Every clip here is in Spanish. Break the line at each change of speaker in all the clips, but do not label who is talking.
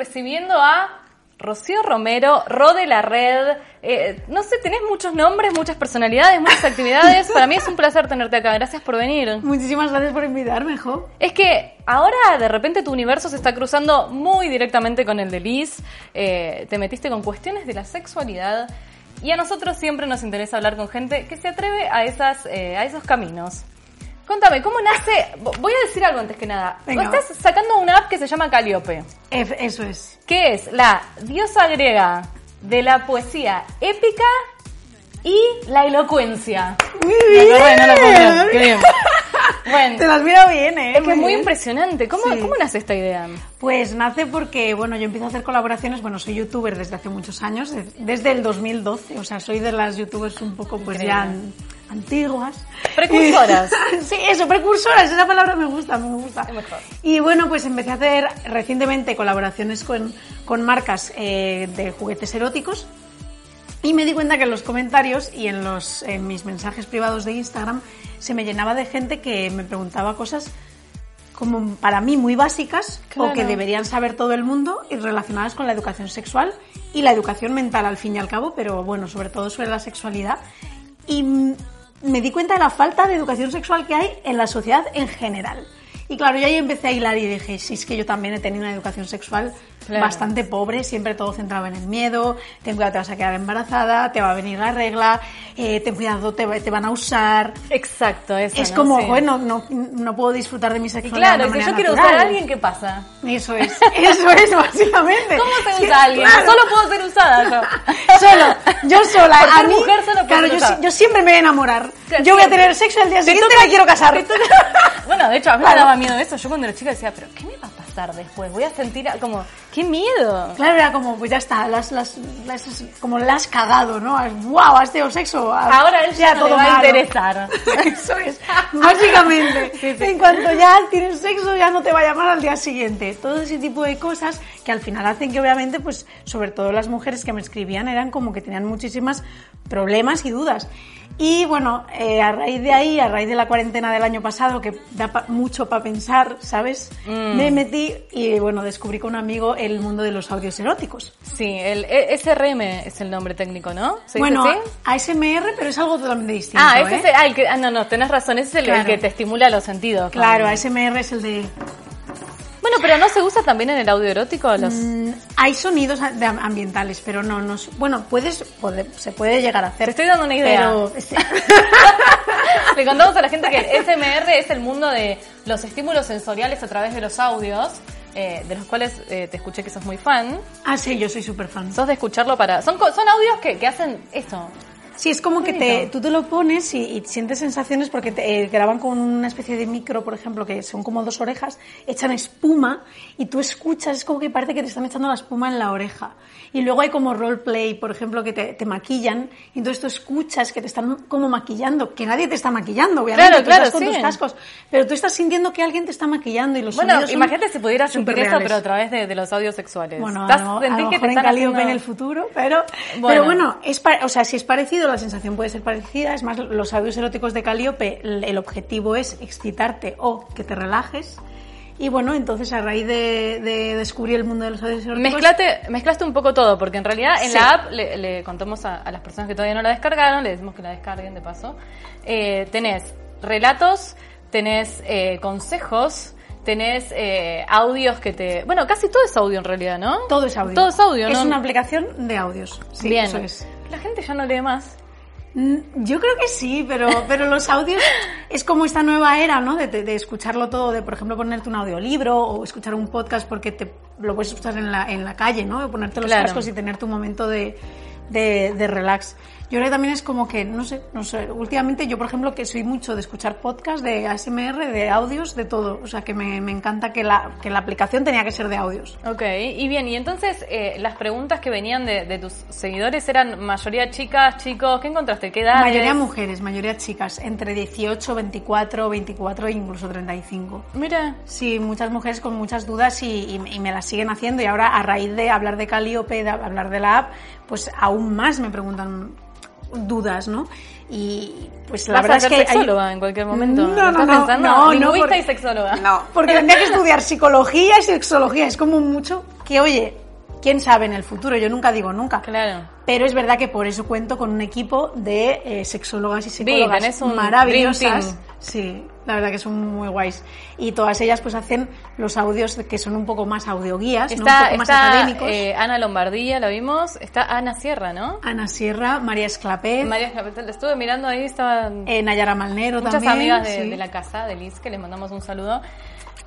escribiendo a Rocío Romero, Ro de la Red. Eh, no sé, tenés muchos nombres, muchas personalidades, muchas actividades. Para mí es un placer tenerte acá. Gracias por venir.
Muchísimas gracias por invitarme, Jo.
Es que ahora de repente tu universo se está cruzando muy directamente con el de Liz. Eh, te metiste con cuestiones de la sexualidad. Y a nosotros siempre nos interesa hablar con gente que se atreve a, esas, eh, a esos caminos. Contame, ¿cómo nace? Vo- Voy a decir algo antes que nada.
Venga.
Vos Estás sacando una app que se llama Caliope.
Ef- eso es.
que es la diosa griega de la poesía épica y la elocuencia.
Muy
Me acordé, no la puedo creer. Qué bien. Bueno,
Te las mira bien, ¿eh?
es que es muy
bien.
impresionante. ¿Cómo,
Sí.
¿Cómo nace esta idea?
Pues nace porque, bueno, yo empiezo a hacer colaboraciones, bueno, soy youtuber desde hace muchos años, de- desde el 2012, o sea, soy de las youtubers un poco pues ya
Increíble.
an- antiguas.
Precursoras.
sí, eso, precursoras, esa palabra me gusta, me gusta.
Es mejor.
Y bueno, pues empecé a hacer recientemente colaboraciones con, con marcas eh, de juguetes eróticos y me di cuenta que en los comentarios y en, los, en mis mensajes privados de Instagram se me llenaba de gente que me preguntaba cosas como para mí muy básicas
Claro.
o que deberían saber todo el mundo y relacionadas con la educación sexual y la educación mental al fin y al cabo, pero bueno, sobre todo sobre la sexualidad. Y mm, me di cuenta de la falta de educación sexual que hay en la sociedad en general. Y claro, yo ahí empecé a hilar y dije, sí, es que yo también he tenido una educación sexual
Claro.
bastante pobre, siempre todo centrado en el miedo, ten cuidado, te vas a quedar embarazada, te va a venir la regla, eh, ten cuidado, te, va- te van a usar.
Exacto, eso.
es
¿no?
como,
Sí.
bueno, no, no puedo disfrutar de mi
Y
sexualidad.
claro,
de una
si yo
manera
quiero usar
natural.
a alguien, ¿qué pasa?
Eso es, eso es básicamente.
¿Cómo se
Sí,
usa alguien?
claro.
Solo puedo ser usada yo.
Solo, yo sola.
Por
a
ser
mí,
mujer solo puedo
claro,
ser
yo,
usada.
si- yo siempre me voy a enamorar.
Claro,
yo voy a
siempre.
tener sexo el día
Te
siguiente
toca-
me quiero casar.
te toca- Bueno, de hecho, a mí me
Claro.
daba miedo eso. Yo cuando era chica decía, pero ¿qué me va a pasar después? Voy a sentir a- como, ¡qué miedo!
Claro, era como, pues ya está, las, las, las- como la has cagado, ¿no? ¡Wow! Has tenido sexo. ah,
Ahora a él ya no le va a
malo.
interesar.
Eso es, básicamente.
Sí, sí.
En cuanto ya tienes sexo, ya no te va a llamar al día siguiente. Todo ese tipo de cosas que al final hacen que, obviamente, pues, sobre todo las mujeres que me escribían, eran como que tenían muchísimas problemas y dudas. Y bueno, eh, a raíz de ahí, a raíz de la cuarentena del año pasado, que da pa- mucho para pensar, ¿sabes?
Mm.
Me metí y bueno, descubrí con un amigo el mundo de los audios eróticos.
Sí, el e- SRM es el nombre técnico, ¿no? ¿Se dice
bueno,
así?
ASMR, pero es algo totalmente distinto.
Ah,
¿eh?
ese es el, ah, el que, ah, no, no, tenés razón, ese es el, el
Claro.
que te estimula los sentidos.
Claro,
Como-
ASMR es el de
Bueno, pero ¿no se usa también en el audio erótico? Los...
Mm, Hay sonidos a- de am- ambientales, pero no, no. es- Bueno, puedes, puede- se puede llegar a hacer.
Te estoy dando una idea.
Pero, sí, Mm.
Le contamos a la gente que el SMR es el mundo de los estímulos sensoriales a través de los audios, eh, de los cuales eh, te escuché que sos muy fan.
ah, sí, yo soy súper fan.
Sos de escucharlo para... Son, co- son audios que, que hacen esto.
Sí, es como que te,
Bonito.
tú te lo pones y, y sientes sensaciones porque te eh, graban con una especie de micro, por ejemplo, que son como dos orejas, echan espuma y tú escuchas, es como que parece que te están echando la espuma en la oreja. Y luego hay como roleplay, por ejemplo, que te, te maquillan y entonces tú escuchas que te están como maquillando, que nadie te está maquillando,
Claro,
obviamente, tú estás
claro,
con
sí.
tus cascos, pero tú estás sintiendo que alguien te está maquillando y los
Bueno,
sonidos son
imagínate si pudieras sentir eso,
superreales.
pero a través de, de los audios sexuales.
Bueno,
Pues Estás-
a lo, a
sentís
lo
que te
mejor en
están
Calliope en
haciendo-
el futuro, pero
Bueno.
bueno, pero bueno es pa- o sea, si es parecido, la sensación puede ser parecida. Es más, los audios eróticos de Calliope, el, el objetivo es excitarte o que te relajes. Y bueno, entonces a raíz de, de descubrir el mundo de los audios eróticos...
Mezclate, mezclaste un poco todo, porque en realidad en
Sí.
la app le, le contamos a, a las personas que todavía no la descargaron, le decimos que la descarguen de paso. Eh, tenés relatos, tenés eh, consejos, tenés eh, audios que te. Bueno, casi todo es audio en realidad, ¿no?
Todo es audio.
Todo es audio,
Es
¿no?
una aplicación de audios. Sí,
Bien.
eso es.
La gente ya no lee más.
Mm, Yo creo que sí, pero, pero los audios es como esta nueva era, ¿no? De, de- de escucharlo todo, de por ejemplo ponerte un audiolibro o escuchar un podcast porque te lo puedes escuchar en la, en la calle, ¿no? O ponerte los
Claro.
cascos y tener tu momento de, de, de relax. Yo creo que también es como que, no sé, no sé, últimamente yo por ejemplo que soy mucho de escuchar podcast, de ASMR, de audios, de todo. O sea que me, me encanta que la, que la aplicación tenía que ser de audios.
Ok, y bien, y entonces eh, las preguntas que venían de, de tus seguidores eran mayoría chicas, chicos, ¿qué encontraste? ¿Qué edad?
Mayoría mujeres, mayoría chicas, entre 18, 24, 24 e incluso 35.
Mira,
Sí, muchas mujeres con muchas dudas y, y- y me las siguen haciendo. Y ahora, a raíz de hablar de Calliope, de hablar de la app, pues aún más me preguntan dudas, ¿no? Y pues la
Vas
verdad
a ser
es que. hay-
sexóloga en cualquier momento.
No,
¿Lo
no,
estás
no,
pensando?
no, no,
Lingüista
porque-
y sexóloga.
No, porque tendría que estudiar psicología y sexología. Es como mucho que, oye, quién sabe en el futuro, yo nunca digo nunca.
Claro.
Pero es verdad que por eso cuento con un equipo de eh, sexólogas y
Vi,
psicólogas
tenés un dream
maravillosas.
team.
Sí, la verdad que son muy guays. Y todas ellas pues hacen los audios que son un poco más audioguías, ¿no? un
Está,
poco más
está
académicos.
eh, Ana Lombardía, la vimos. Está Ana Sierra, ¿no?
Ana Sierra, María Esclapé,
María Esclapetel, la estuve mirando ahí, estaban
eh, Nayara Malnero
muchas
también.
amigas de,
sí.
de la casa de Liz que les mandamos un saludo.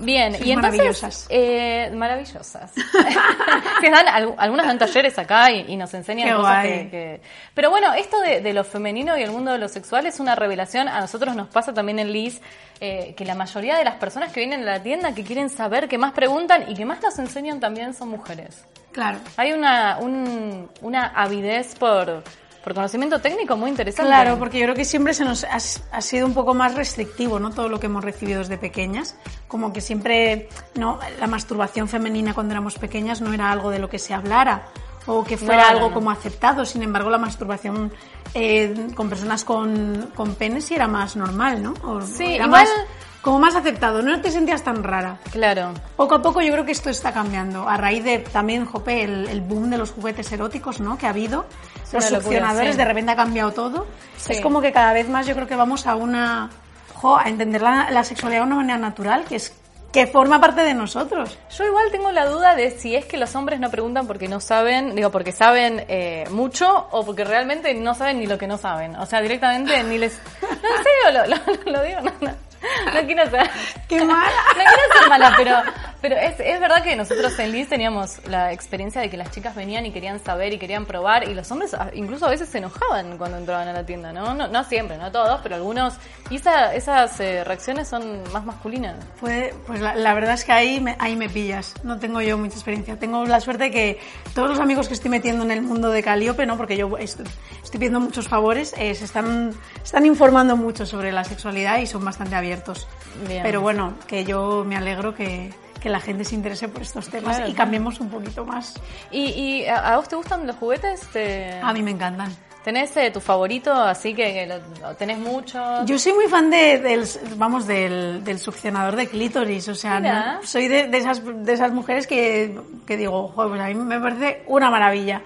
Bien,
Sí,
y entonces.
maravillosas.
eh, maravillosas. Sí, dan- algu- algunas dan talleres acá y, y nos enseñan
Qué
cosas
guay.
que, que- Pero bueno, esto de, de lo femenino y el mundo de lo sexual es una revelación. A nosotros nos pasa también en Liz eh, que la mayoría de las personas que vienen a la tienda que quieren saber, que más preguntan y que más nos enseñan también son mujeres.
Claro.
Hay una, un- una avidez por, por conocimiento técnico muy interesante.
Claro, porque yo creo que siempre se nos ha, ha sido un poco más restrictivo, ¿no? Todo lo que hemos recibido desde pequeñas, como que siempre, no, la masturbación femenina cuando éramos pequeñas no era algo de lo que se hablara o que
No,
fuera
no,
algo
no.
como aceptado. Sin embargo, la masturbación eh, con personas con, con pene sí era más normal, ¿no? O-
Sí,
era
igual-
más- como más aceptado. No te sentías tan rara.
Claro.
Poco a poco yo creo que esto está cambiando. A raíz de también, Jope, el, el boom de los juguetes eróticos, ¿no? Que ha habido.
Es
Los
una locura,
succionadores
sí.
de repente ha cambiado todo.
Sí.
Es como que cada vez más yo creo que vamos a una. Jo, a entender la, la sexualidad de una manera natural, que es que forma parte de nosotros.
Yo igual tengo la duda de si es que los hombres no preguntan porque no saben, digo, porque saben eh, mucho o porque realmente no saben ni lo que no saben. O sea, directamente ni les... No, en serio, lo, lo- lo digo, no, no. No quiero ser...
¡Qué mala!
No quiero ser mala, pero, pero es, es verdad que nosotros en Liz teníamos la experiencia de que las chicas venían y querían saber y querían probar y los hombres a- incluso a veces se enojaban cuando entraban a la tienda, ¿no? No, no siempre, no todos, pero algunos. Y esa- esas eh, reacciones son más masculinas.
Pues, pues la, la verdad es que ahí me, ahí me pillas. No tengo yo mucha experiencia. Tengo la suerte que todos los amigos que estoy metiendo en el mundo de Calíope, ¿no? porque yo est- estoy pidiendo muchos favores, eh, se están, están informando mucho sobre la sexualidad y son bastante abiertos.
Bien.
Pero bueno, que yo me alegro que, que la gente se interese por estos temas
Claro.
y cambiemos un poquito más.
¿Y, y a, a vos te gustan los juguetes? ¿Te-
A mí me encantan.
¿Tenés eh, tu favorito? Así que, que lo, lo tenés mucho.
Yo soy muy fan de- del, vamos, del, del succionador de clítoris, o sea,
Mira.
¿no? soy de, de esas, de esas mujeres que, que digo, "Jo, pues a mí me parece una maravilla.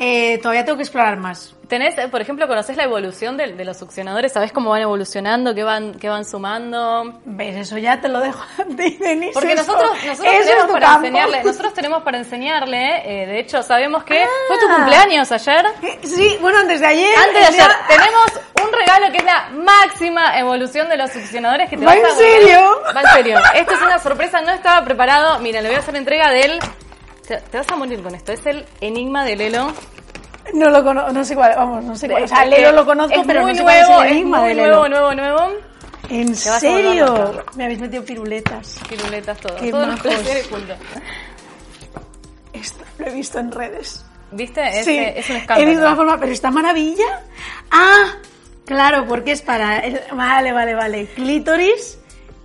Eh, todavía tengo que explorar más.
¿Tenés, eh, por ejemplo, conocés la evolución del- de, los succionadores? ¿Sabés cómo van evolucionando? ¿Qué van, qué van sumando?
¿Ves? Eso ya te lo dejo a ti, Denise.
Porque
eso-
nosotros, nosotros,
eso es
tenemos
tu
para
campo.
enseñarle, nosotros tenemos para enseñarle, eh, de hecho, sabemos que fue tu
Ah.
cumpleaños ayer.
Eh, Sí, bueno, antes de ayer.
Antes de
el día-
ayer, tenemos un regalo que es la máxima evolución de los succionadores que te
¿Va
vas
en
a volver-
serio?
Va en serio. Esto es una sorpresa, no estaba preparado. Mira, le voy a hacer entrega del... Te, te vas a morir con esto, es el enigma de Lelo.
No lo conozco, no sé cuál, vamos, no sé cuál. O sea,
Es que
Lelo lo conozco,
es
pero
muy
no sé cuál
nuevo,
es el
es
enigma
muy
de Lelo.
nuevo, nuevo, nuevo.
¿En
Te vas a volver
serio?
loca.
Me habéis metido piruletas.
Piruletas todo,
Qué
todos los
majos.
placeres juntos.
Esto lo he visto en redes.
¿Viste? Es,
Sí,
eh, es un escándalo.
He visto la forma, pero esta maravilla. Ah, claro, porque es para. el- Vale, vale, vale. Clítoris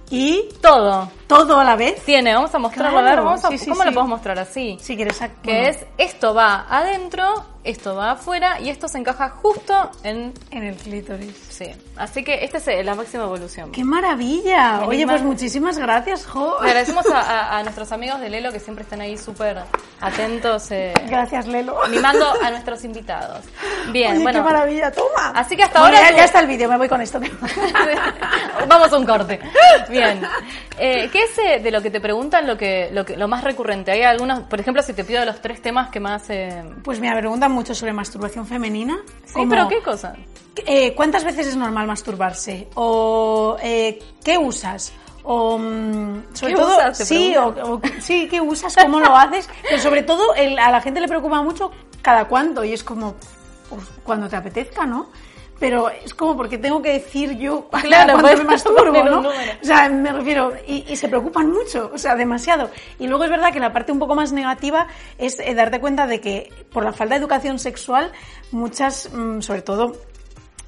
y
Todo.
todo a la vez.
Tiene, vamos a mostrarlo, a ver,
Claro,
vamos a-
sí, sí,
¿cómo lo
sí.
podemos mostrar así?
Si quieres, sac-
Que
bueno,
es, esto va adentro, esto va afuera y esto se encaja justo en...
en el clítoris.
Sí, así que esta es eh, la máxima evolución.
¡Qué maravilla!
Qué
Oye,
animal.
pues muchísimas gracias, Jo.
Le agradecemos a, a- a nuestros amigos de Lelo que siempre están ahí súper atentos, eh,
Gracias, Lelo.
mimando a nuestros invitados. Bien,
Oye,
bueno.
qué maravilla, toma.
Así que hasta
Bueno,
ahora
Ya,
tú-
ya está el vídeo, me voy con esto.
Vamos a un corte. Bien. Eh, ¿Qué es eh, de lo que te preguntan lo que, lo que lo más recurrente? Hay algunos, por ejemplo, si te pido los tres temas que más. Eh...
Pues me preguntan mucho sobre masturbación femenina.
Sí,
como-
pero ¿qué cosa?
Eh, ¿Cuántas veces es normal masturbarse? ¿O eh, qué usas? O, mm, sobre
¿Qué
todo,
usas? Te
sí, o,
preguntan.
o- sí, ¿qué usas? ¿Cómo lo haces? Pero sobre todo, el- a la gente le preocupa mucho cada cuánto y es como pues, cuando te apetezca, ¿no? Pero es como porque tengo que decir yo
Claro,
cuando
pues,
me masturbo,
poner un
¿no?
número.
O sea, me refiero, y, y se preocupan mucho, o sea, demasiado. Y luego es verdad que la parte un poco más negativa es eh, darte cuenta de que por la falta de educación sexual, muchas, mm, sobre todo,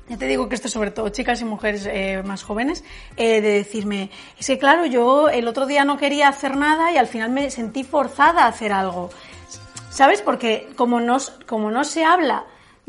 ya te digo que esto es sobre todo chicas y mujeres eh, más jóvenes, eh, de decirme, es que claro, yo el otro día no quería hacer nada y al final me sentí forzada a hacer algo. ¿Sabes? Porque como no, s- como no se habla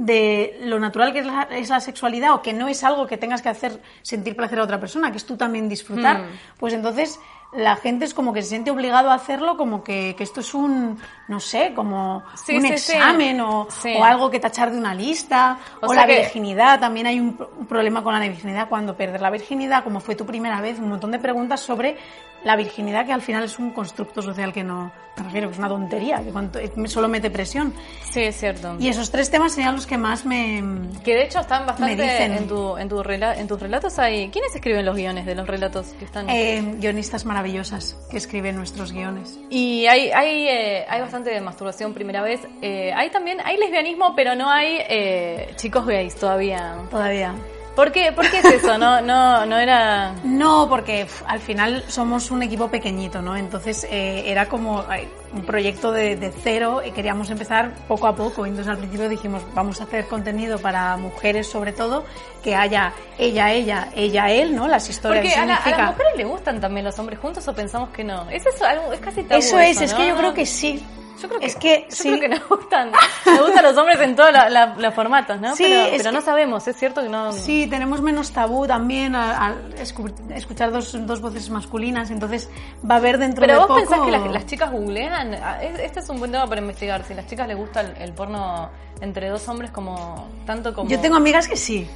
de lo natural que es la, es la sexualidad o que no es algo que tengas que hacer sentir placer a otra persona, que es tú también disfrutar,
Mm.
pues entonces la gente es como que se siente obligado a hacerlo, como que, que esto es un, no sé, como
Sí,
un
sí, sí.
examen O,
Sí.
o algo que tachar de una lista,
O
o,
sea
la
que-
virginidad, también hay un, pro- un problema con la virginidad, cuando perder la virginidad, como fue tu primera vez, un montón de preguntas sobre la virginidad, que al final es un constructo social que no, me refiero, que es una tontería, que cuanto- solo mete presión.
Sí, es cierto.
Y esos tres temas serían los que más me...
Que de hecho están bastante
Me dicen.
en, tu, en, tu rela- en tus relatos. Hay, ¿Quiénes escriben los guiones de los relatos que están?
eh, guionistas maravillosas que escriben nuestros guiones.
Y hay, hay, eh, hay bastante de masturbación primera vez. Eh, hay también, hay lesbianismo, pero no hay eh, chicos gays todavía.
Todavía.
¿Por qué, ¿Por qué es eso? No, no, no era...
No, porque pf, al final somos un equipo pequeñito, ¿no? Entonces eh, era como ay, un proyecto de, de cero y queríamos empezar poco a poco. Entonces al principio dijimos, vamos a hacer contenido para mujeres sobre todo, que haya ella, ella, ella, él, ¿no? Las historias
Porque
que
a, la- a
significa.
las mujeres le gustan también los hombres juntos o pensamos que no. Es eso, algo- es casi tabú.
Eso es, es
¿no?
que yo creo que sí.
Yo creo que,
es que
yo
sí.
creo que nos gustan, nos gustan los hombres en todos la- la- los formatos, ¿no?
Sí,
pero
es
pero no
que-
sabemos, es cierto que no...
Sí, tenemos menos tabú también al, al escu- escuchar dos, dos voces masculinas, entonces va a haber dentro de
Pero vos
poco...
pensás que las, las chicas googlean. Ah, es- Este es un buen tema para investigar. Si a las chicas les gusta el, el porno entre dos hombres como tanto como.
Yo tengo amigas que sí.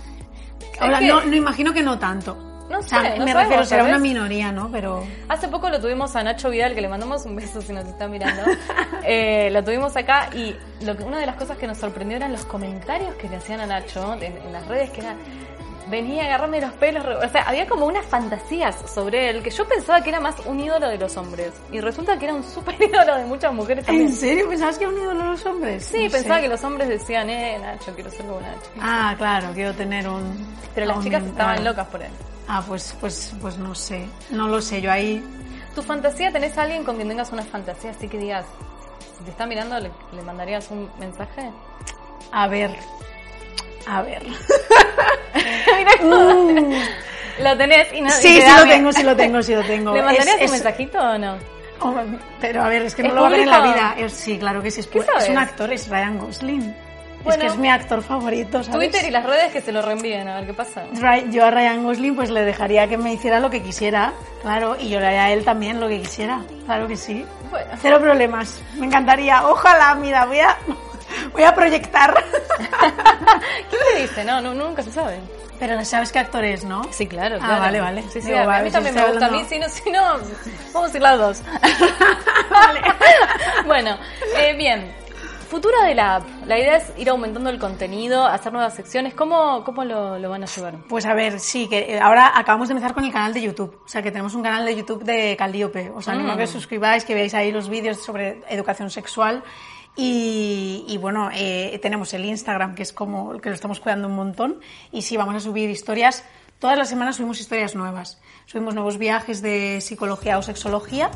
Ahora,
que-
no, no imagino que no tanto.
No
O sea,
sé, no
me
sabemos,
refiero, será
tal
una
vez.
minoría, ¿no? Pero
Hace poco lo tuvimos a Nacho Vidal, que le mandamos un beso si nos está mirando. Eh, lo tuvimos acá y lo que, una de las cosas que nos sorprendió eran los comentarios que le hacían a Nacho en, en las redes, que era, venía a agarrarme los pelos. re-". O sea, había como unas fantasías sobre él, que yo pensaba que era más un ídolo de los hombres. Y resulta que era un súper ídolo de muchas mujeres también.
¿en serio pensabas que han unido los hombres?
Sí, pensaba que los hombres decían, eh, Nacho, quiero ser como Nacho.
Ah, claro, quiero tener un...
Pero las
un-
chicas estaban
claro.
locas por él.
Ah, pues, pues, pues no sé. No lo sé, yo ahí...
¿Tu fantasía tenés a alguien con quien tengas una fantasía? Así que digas, si te está mirando, ¿le, le mandarías un mensaje?
A ver... A ver.
Mirá cómo- lo tenés y no y
Uh. Sí,
te
sí
da
lo
miedo.
tengo, sí lo tengo, sí lo tengo.
¿Le mandarías
Es-
un
es-
mensajito o no?
Oh, Pero a ver, es que
¿Es
no lo va a ver en la
público?
vida. Es- Sí, claro que sí. Es, pu-
sabes?
es un actor, es Ryan Gosling. es
Bueno.
que es mi actor favorito, ¿sabes?
Twitter y las redes que se lo reenvíen, a ver qué pasa.
Ry- Yo a Ryan Gosling pues le dejaría que me hiciera lo que quisiera, claro, y yo le haría a él también lo que quisiera, claro que sí.
Bueno,
Cero problemas, me encantaría, ojalá, mira, voy a, voy a proyectar.
¿quién te dice? No, no, nunca se sabe.
Pero sabes qué actor es, ¿no?
Sí, claro,
Ah,
claro.
vale, vale.
Sí, sí,
Digo,
a,
va,
mí
si
también me
está
gusta. A mí,
hablando-
si no, si no, vamos a ir las dos. bueno, eh, bien. Futuro de la app. La idea es ir aumentando el contenido, hacer nuevas secciones. ¿Cómo, cómo lo, lo van a llevar?
Pues a ver, sí, que eh, ahora acabamos de empezar con el canal de YouTube. O sea, que tenemos un canal de YouTube de Calliope. Os animo a que os suscribáis, que veáis ahí los vídeos sobre educación sexual. Y, y bueno, eh, tenemos el Instagram, que es como el que lo estamos cuidando un montón. Y sí, vamos a subir historias. Todas las semanas subimos historias nuevas. Subimos nuevos viajes de psicología o sexología.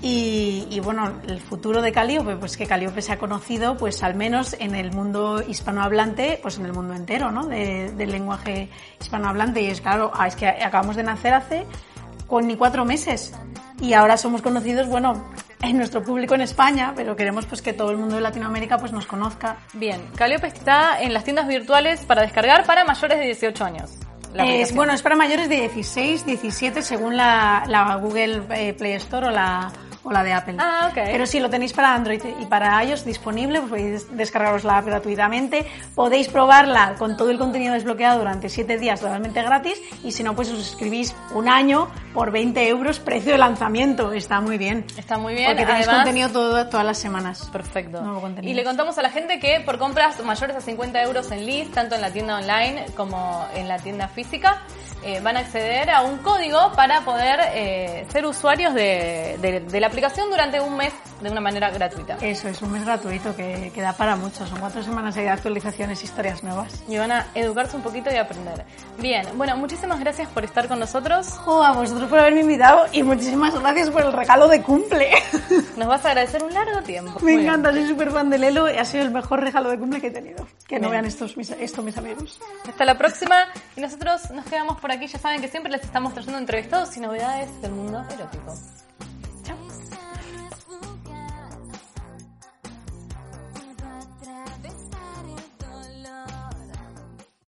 Y, y bueno, el futuro de Calíope, pues que Calíope se ha conocido, pues al menos en el mundo hispanohablante, pues en el mundo entero, ¿no? De- del lenguaje hispanohablante. Y es claro, ah, es que acabamos de nacer hace con ni cuatro meses. Y ahora somos conocidos, bueno, en nuestro público en España, pero queremos pues que todo el mundo de Latinoamérica pues nos conozca.
Bien, Calliope está en las tiendas virtuales para descargar para mayores de 18 años. La
Es,
aplicación.
bueno, es para mayores de 16, 17, según la, la Google eh, Play Store o la, o la de Apple.
Ah, ok.
Pero sí, lo tenéis para Android y para iOS disponible, pues podéis des- descargaros la app gratuitamente. Podéis probarla con todo el contenido desbloqueado durante 7 días totalmente gratis y si no, pues os suscribís un año por 20 euros precio de lanzamiento. Está muy bien.
Está muy bien.
Porque tenéis
además-
contenido todo- todas las semanas.
Perfecto.
Nuevo contenido.
Y le contamos a la gente que por compras mayores a 50 euros en List, tanto en la tienda online como en la tienda física, eh, van a acceder a un código para poder eh, ser usuarios de, de- de la aplicación durante un mes de una manera gratuita.
Eso es un mes gratuito que, que da para mucho. Son cuatro semanas de actualizaciones e historias nuevas.
Y van a educarse un poquito y aprender. Bien, bueno, muchísimas gracias por estar con nosotros.
Jo, a vosotros por haberme invitado y muchísimas gracias por el regalo de cumple.
Nos vas a agradecer un largo tiempo.
Me
Muy bien.
encanta, soy súper fan de Lelo y ha sido el mejor regalo de cumple que he tenido. Que no
Bien.
vean estos mis, esto mis amigos.
Hasta la próxima. Y nosotros nos quedamos por aquí. Ya saben que siempre les estamos trayendo entrevistados y novedades del mundo erótico.